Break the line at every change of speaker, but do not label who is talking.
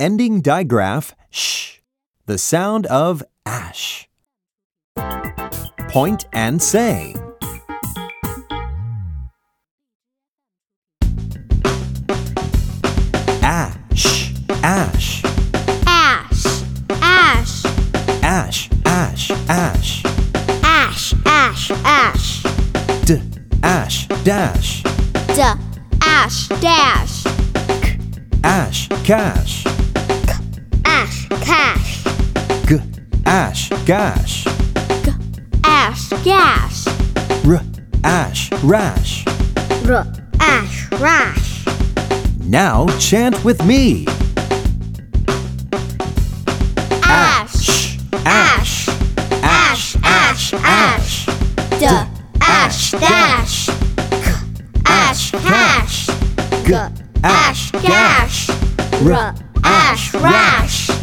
Ending digraph sh, the sound of ash. Point and say. Ash, ash,
Ash, ash,
ash, ash, ash.
ash, ash, ash.
D, ash, dash,
D, ash, dash,
ash, cash.
ash, cash,
G, ash, gash.
ash, gash,
R, ash, rash.
r, ash, rash.
Now chant with me.
Ash,
ash,
ash, ash, ash. D, ash, dash, K, ash, hash, G, ash, gash, r, ash, rash.